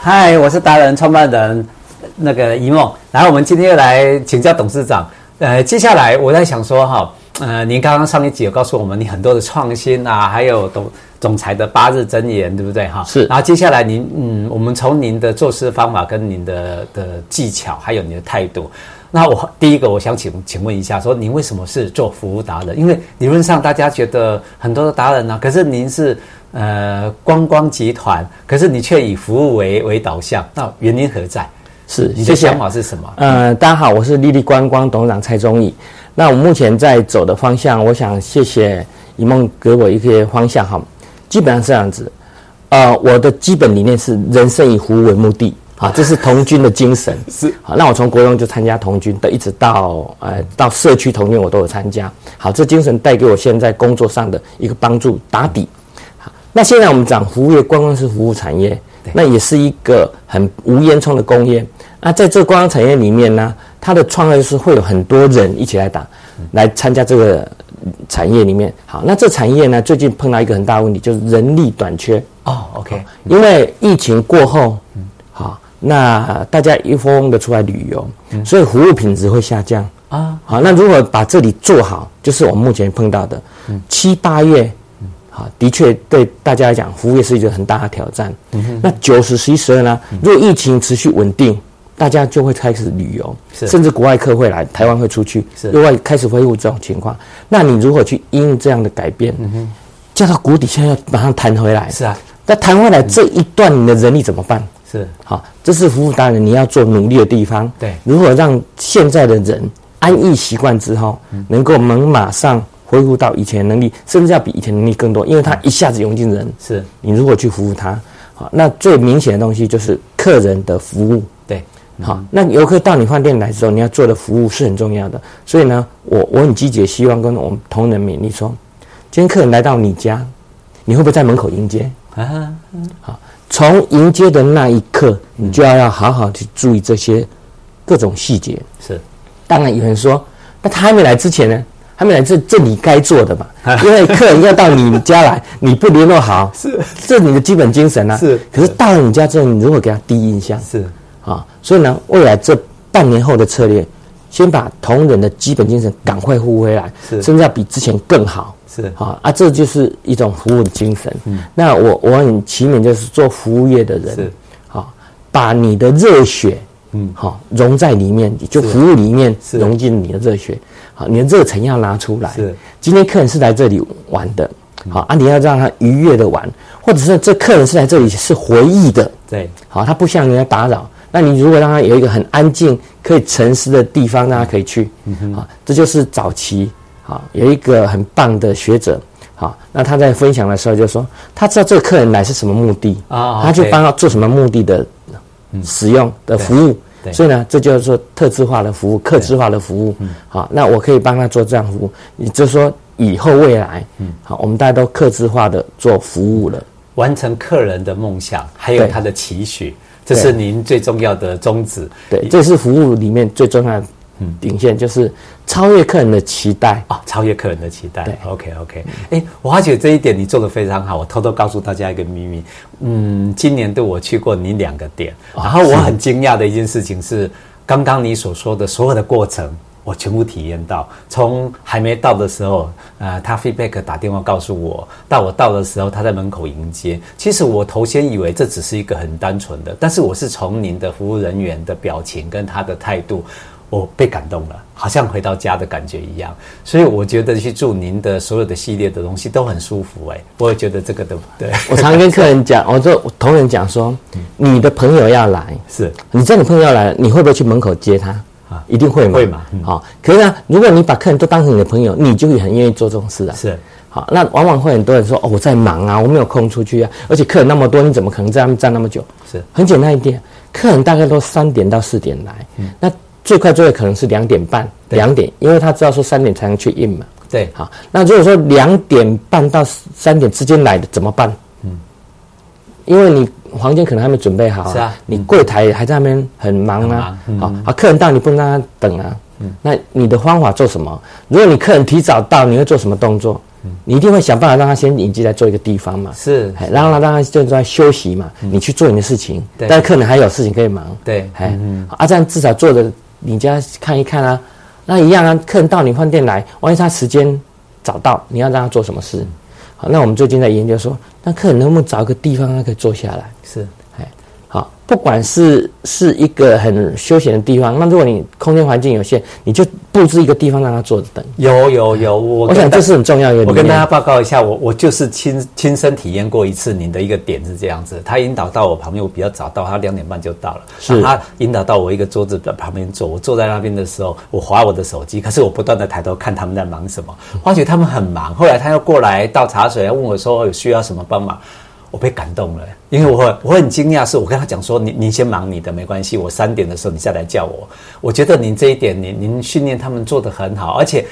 嗨，我是达人创办人那个一梦，然后我们今天又来请教董事长。呃，接下来我在想说哈，呃，您刚刚上一集有告诉我们你很多的创新啊，还有董总裁的八字真言，对不对哈？是然后接下来您嗯，我们从您的做事方法跟您的的技巧，还有您的态度。那我第一个，我想请请问一下，说您为什么是做服务达人？因为理论上大家觉得很多的达人呢、啊可是您是呃观光集团，可是你却以服务为为导向，那原因何在？是，你的谢谢想。法是什么？呃，大家好，我是丽丽观光董事长蔡宗义。那我目前在走的方向，我想谢谢一梦给我一些方向哈。基本上是这样子，呃，我的基本理念是人生以服务为目的，啊，这是童军的精神。 是好，那我从国中就参加童军，的一直到呃到社区童军我都有参加。好，这精神带给我现在工作上的一个帮助打底。好，那现在我们讲服务业，观光是服务产业，那也是一个很无烟囱的工业。那在这观光产业里面呢，它的创业是会有很多人一起来打，来参加这个产业里面。好，那这产业呢，最近碰到一个很大的问题，就是人力短缺。哦，OK，因为疫情过后，好，那大家一窝蜂的出来旅游，所以服务品质会下降啊。好，那如果把这里做好，就是我们目前碰到的七八月，好，的确对大家来讲，服务业是一个很大的挑战。嗯那九十、十一、十二呢？如果疫情持续稳定。大家就会开始旅游，是甚至国外客会来，台湾会出去，是另外开始恢复这种情况。那你如何去因应这样的改变？嗯降到谷底，现在要马上弹回来。是啊，那谈回来这一段，你的人力怎么办？是好，这是服务达人你要做努力的地方。对如何让现在的人安逸习惯之后，嗯能够能马上恢复到以前的能力，甚至要比以前能力更多，因为他一下子涌进人。嗯是，你如果去服务他，好，那最明显的东西就是客人的服务。对，好，嗯那游客到你饭店来之后，你要做的服务是很重要的。所以呢，我我很积极，希望跟我们同仁勉励说，今天客人来到你家，你会不会在门口迎接？啊，从迎接的那一刻，嗯你就要要好好去注意这些各种细节。是，当然有人说，那他还没来之前呢？还没来这这你该做的嘛 因为客人要到你家来， 你不联络好，是这你的基本精神啊。是可是到了你家之后，你如何给他第一印象？是，啊，所以呢，未来这半年后的策略，先把同仁的基本精神赶快呼回来，是甚至要比之前更好。是啊啊，这就是一种服务的精神。嗯，那我我很祈勉，就是做服务业的人，是好、把你的热血，嗯，好、融在里面，就服务里面是融进你的热血，好、你的热忱要拿出来。是，嗯今天客人是来这里玩的，好、啊，你要让他愉悦的玩，或者是这客人是来这里是回忆的，对，好，他不向人家打扰。那你如果让他有一个很安静、可以沉思的地方，让他可以去，嗯好，这就是早期好有一个很棒的学者，好，那他在分享的时候就说，他知道这个客人来是什么目的啊他去 OK 帮他做什么目的的使用的服务对，嗯所以呢，这就是说特质化的服务、客制化的服务，好，那我可以帮他做这样服务，也就是说以后未来，嗯好，我们大家都客制化的做服务了。完成客人的梦想，还有对他的期许，这是您最重要的宗旨。对，这是服务里面最重要的顶嗯线，就是超越客人的期待。啊，超越客人的期待对。 OK OK，哎、我发觉这一点你做的非常好。我偷偷告诉大家一个秘密，嗯，今年度我去过你两个店，哦然后我很惊讶的一件事情是，刚刚你所说的所有的过程。我全部体验到，从还没到的时候，呃，他 feedback 打电话告诉我，到我到的时候，他在门口迎接。其实我头先以为这只是一个很单纯的，但是我是从您的服务人员的表情跟他的态度，我被感动了，好像回到家的感觉一样。所以我觉得去住您的所有的系列的东西都很舒服、哎，我也觉得这个的嗯对，我常跟客人讲，我说我同仁讲说，你的朋友要来，是你知道你朋友要来了，你会不会去门口接他？啊一定会嘛？会嘛嗯好、可是呢，啊如果你把客人都当成你的朋友，你就会很愿意做这种事啊。是好，那往往会很多人说哦，我在忙啊，我没有空出去啊，而且客人那么多，你怎么可能在他们站那么久？是很简单一点，客人大概都三点到四点来，嗯那最快最快可能是两点半、两点，因为他知道说三点才能去印嘛。对，好，那如果说两点半到三点之间来的怎么办？嗯，因为你房间可能还没准备好、是啊你柜台还在那边很忙很啊忙，嗯好、啊，客人到你不能让他等啊，那你的方法做什么？如果你客人提早到，你会做什么动作？嗯你一定会想办法让他先引进来做一个地方嘛，是哎然后呢，让他就在休息嘛，你去做你的事情，嗯对但客人还有事情可以忙，对嗯哎，啊，这样至少坐着你家看一看啊，那一样啊，客人到你饭店来，万一他时间早到，你要让他做什么事？好，那我们最近在研究说，那客人能不能找一个地方他可以坐下来？是好，不管是是一个很休闲的地方，那如果你空间环境有限，你就布置一个地方让他坐着等。有有有，我我跟想大这是很重要的一个我理跟大家念。报告一下，我我就是亲亲身体验过一次您的一个点是这样子，他引导到我旁边，我比较早到，他两点半就到了，是他引导到我一个桌子的旁边坐，我坐在那边的时候，我划我的手机，可是我不断的抬头看他们在忙什么，发觉他们很忙，后来他又过来倒茶水，要问我说有需要什么帮忙。我被感动了，因为我我很惊讶，是我跟他讲说，你你先忙你的，没关系，我三点的时候你再来叫我。我觉得您这一点，您您训练他们做得很好，而且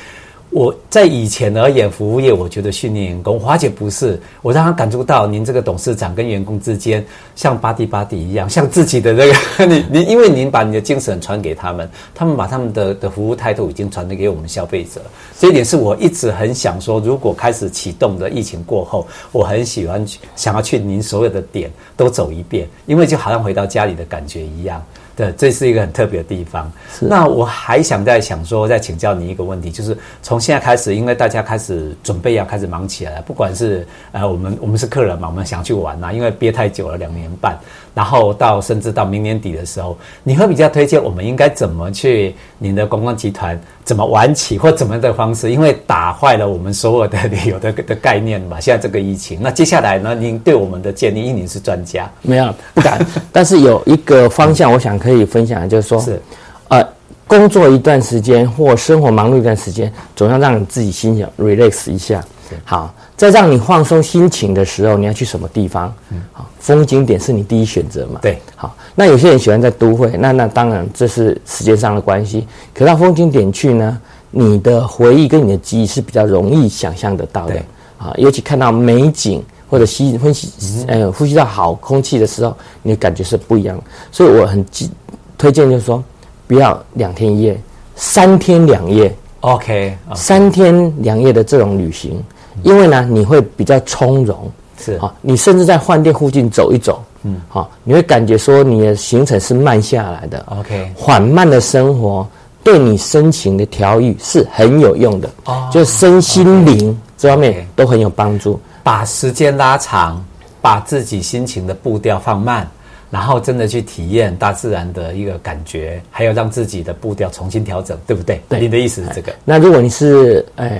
我在以前而言，服务业我觉得训练员工，华姐不是，我让她感触到您这个董事长跟员工之间像巴蒂巴蒂一样，像自己的那个 你你，因为您把你的精神传给他们，他们把他们的的服务态度已经传递给我们消费者，这一点是我一直很想说，如果开始启动的疫情过后，我很喜欢去想要去您所有的点都走一遍，因为就好像回到家里的感觉一样。对，这是一个很特别的地方。那我还想再想说，再请教你一个问题，就是从现在开始，因为大家开始准备要开始忙起来了，不管是呃，我们我们是客人嘛，我们想去玩啊啦、因为憋太久了，两年半，然后到甚至到明年底的时候，你会比较推荐我们应该怎么去您的观光集团怎么玩起，或怎么样的方式？因为打坏了我们所有的旅游的的概念嘛，现在这个疫情，那接下来呢，您对我们的建议，因为您是专家，没有不 敢，但是有一个方向，我想可以分享，就是说，是呃，工作一段时间或生活忙碌一段时间，总要让你自己心情 relax 一下。好，在让你放松心情的时候，你要去什么地方？好，风景点是你第一选择嘛？嗯对好，那有些人喜欢在都会，那那当然这是时间上的关系。可到风景点去呢，你的回忆跟你的记忆是比较容易想象得到的对嗯啊，尤其看到美景或者吸呼吸呃呼吸到好空气的时候，你的感觉是不一样的。所以我很记推荐就是说，不要两天一夜，三天两夜。 ，OK 啊、三天两夜的这种旅行，因为呢，你会比较从容，是好、啊你甚至在饭店附近走一走，嗯，好、你会感觉说你的行程是慢下来的 OK 缓慢的生活对你身心的调愈是很有用的，哦就身心灵这方 OK 面都很有帮助。把时间拉长，把自己心情的步调放慢，然后真的去体验大自然的一个感觉，还有让自己的步调重新调整，对不对？对哎你的意思是这个？那如果你是呃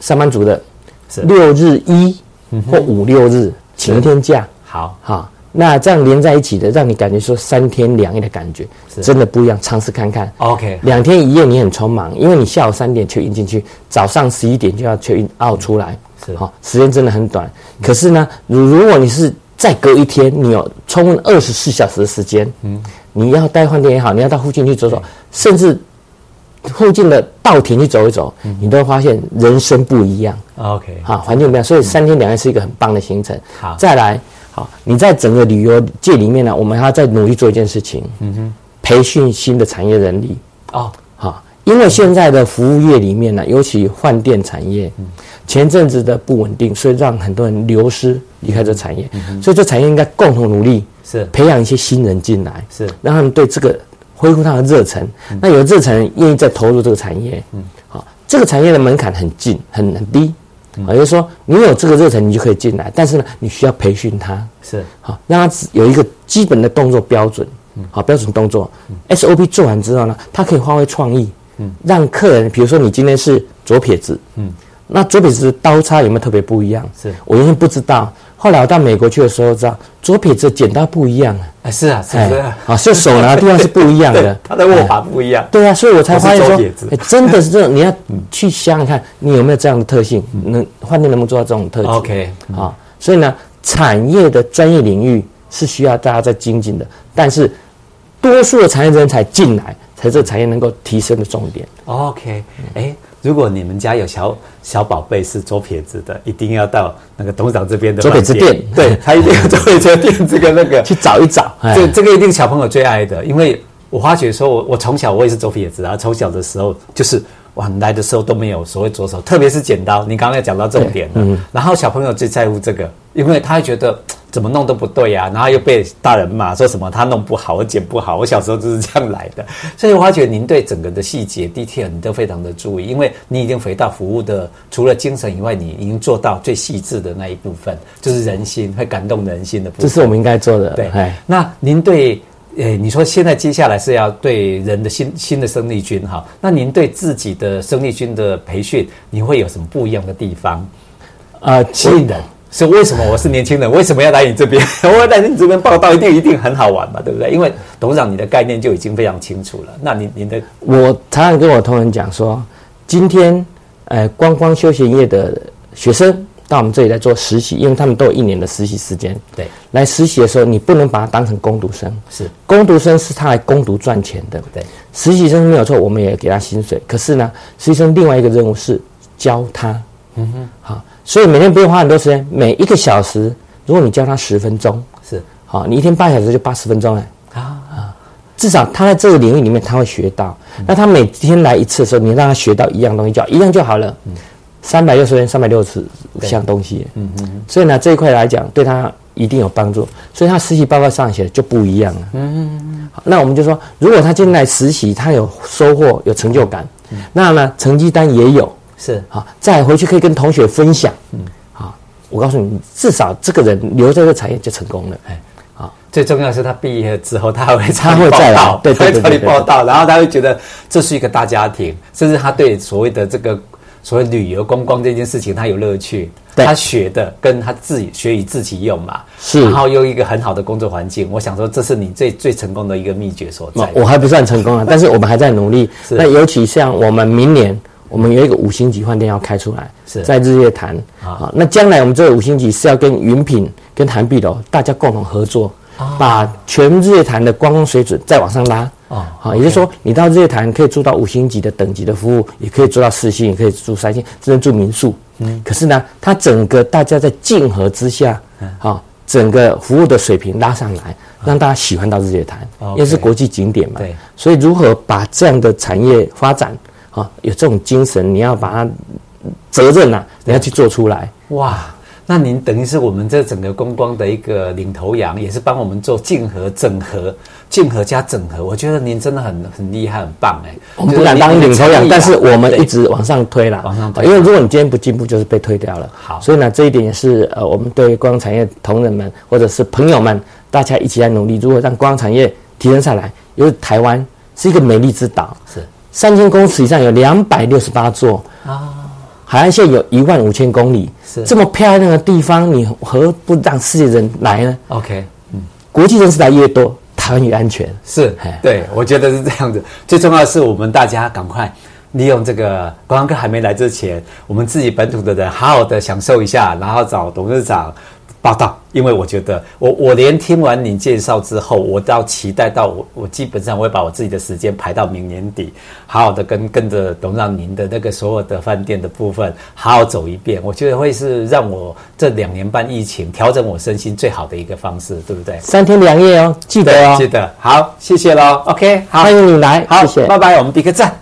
上班族的是，嗯六日一或五六日是晴天假，好，好，那这样连在一起的，让你感觉说三天两夜的感觉，真的不一样。尝试看看 OK 两天一夜你很匆忙，因为你下午三点 check in 进去，早上十一点就要 check in out 出来，是好、时间真的很短。可是呢，如如果你是再隔一天，你有充分二十四小时的时间，嗯，你要待饭店也好，你要到附近去走走，甚至附近的稻田去走一走，你都会发现人生不一样。 OK，啊，环境不一样，所以三天两夜是一个很棒的行程。好再来，好，你在整个旅游界里面呢，我们还要再努力做一件事情，嗯哼，培训新的产业人力，哦，哈，因为现在的服务业里面呢，尤其饭店产业，前阵子的不稳定，所以让很多人流失离开这产嗯业，所以这产业应该共同努力，是培养一些新人进来，是嗯让他们对这个恢复他的热忱。那有热忱，愿意再投入这个产业，嗯，好，这个产业的门槛很近，很很低，嗯啊，也就是说你有这个热忱，你就可以进来，但是呢，你需要培训他，是好，让他只有一个基本的动作标准，嗯好，标准动作 SOP 做完之后呢，他可以发挥创意，嗯让客人，比如说你今天是左撇子，嗯，那左撇子的刀叉有没有特别不一样？是我原先不知道，后来我到美国去的时候知道，左撇子的剪刀不一样啊，哎，是啊，是不是？啊，所以手拿的地方是不一样 的对，他的握法不一样。对啊，所以我才发现我是说左撇子，哎真的是这 种，你要去想想看，你有没有这样的特性，能饭店能不能做到这种特质嗯 OK，啊，所以呢，产业的专业领域是需要大家在精进的，但是多数的产业人才进来，才是这个产业能够提升的重点。 OK，哎，如果你们家有小小宝贝是左撇子的，一定要到那个董事长这边的左撇子饭店对 他一定要左撇子店这个那个 去找一找，哎 这这个一定小朋友最爱的，因为我发觉说我我从小我也是左撇子啊，从小的时候就是我们来的时候都没有所谓左手，特别是剪刀，你刚刚也讲到重点了。然后小朋友最在乎这个，因为他会觉得怎么弄都不对啊呀、然后又被大人骂，说什么他弄不好，我剪不好，我小时候就是这样来的。所以我发觉您对整个的细节、detail 你都非常的注意，因为你已经回到服务的除了精神以外，你已经做到最细致的那一部分，就是人心会感动人心的部这分。是我们应该做的。对哎，那您对，呃，你说现在接下来是要对人的新新的生力军哈，那您对自己的生力军的培训，你会有什么不一样的地方？呃，吸引人。是为什么我是年轻人？为什么要来你这边？ 我来你这边报道，一定一定很好玩嘛，对不对？因为董事长你的概念就已经非常清楚了。那您您的我常常跟我同仁讲说，今天呃观光休闲业的学生到我们这里来做实习，因为他们都有一年的实习时间。对来实习的时候，你不能把它当成攻读生，是攻读生是他来攻读赚钱的。对实习生没有错，我们也给他薪水。可是呢，实习生另外一个任务是教他。嗯哼，好，所以每天不用花很多时间，每一个小时，如果你教他十分钟，是好，你一天八小时就八十分钟了。啊，至少他在这个领域里面他会学到。那他每天来一次的时候，你让他学到一样东西就好一样就好了。三百六十天，三百六十项东西。嗯嗯。所以呢，这一块来讲，对他一定有帮助。所以他实习报告上写的就不一样了。嗯嗯嗯。那我们就说，如果他进来实习，他有收获，有成就感，那呢，成绩单也有。是好，再回去可以跟同学分享。嗯。好，我告诉你，至少这个人留在这个产业就成功了。最重要的是他毕业之后，他还会找他你会报再来道，对对他会对找你对对报道，然后他会觉得这是一个大家庭，甚至他对所谓的这个所谓旅游观光这件事情，他有乐趣，对他学的跟他自己学以自己用嘛，是然后又一个很好的工作环境，我想说这是你最最成功的一个秘诀所在。哦我还不算成功啊了，但是我们还在努力。是那尤其像我们明年，我们有一个五星级饭店要开出来，是在日月潭。啊，那将来我们这个五星级是要跟云品、跟韩碧楼大家共同合作，啊把全日月潭的观光水准再往上拉。啊哦好，也就是说，你到日月潭可以住到五星级的等级的服务，也可以住到四星，也可以住三星，甚至住民宿。嗯，可是呢，它整个大家在竞合之下，嗯好、整个服务的水平拉上来，让大家喜欢到日月潭，啊 OK 因为是国际景点嘛。对所以如何把这样的产业发展，啊、有这种精神，你要把它责任啊，你要去做出来。哇，那您等于是我们这整个观光的一个领头羊，也是帮我们做竞合、整合、竞合加整合。我觉得您真的很很厉害，很棒哎。我们不敢当领头啊羊，但是我们一直。直往上推啦。啊往上推因为如果你今天不进步，就是被推掉了。好所以呢，这一点也是呃，我们对观光产业同仁们或者是朋友们，大家一起来努力，如何让观光产业提升上来。因为台湾是一个美丽之岛，是三千公尺以上有两百六十八座啊，海岸线有一万五千公里，是这么漂亮的地方，你何不让世界人来呢？ OK，国际人士来越多，台湾越安全。是哎对，我觉得是这样子。 最重要的是，我们大家赶快利用这个观光客还没来之前，我们自己本土的人好好的享受一下，然后找董事长报道。因为我觉得我，我连听完你介绍之后，我到期待到我，我基本上我会把我自己的时间排到明年底，好好的跟跟着董事长您的那个所有的饭店的部分好好走一遍。我觉得会是让我这两年半疫情调整我身心最好的一个方式，对不对？三天两夜哦，记得哦，记得好，谢谢喽。OK，好，欢迎你来，好，谢谢。拜拜，我们比个赞。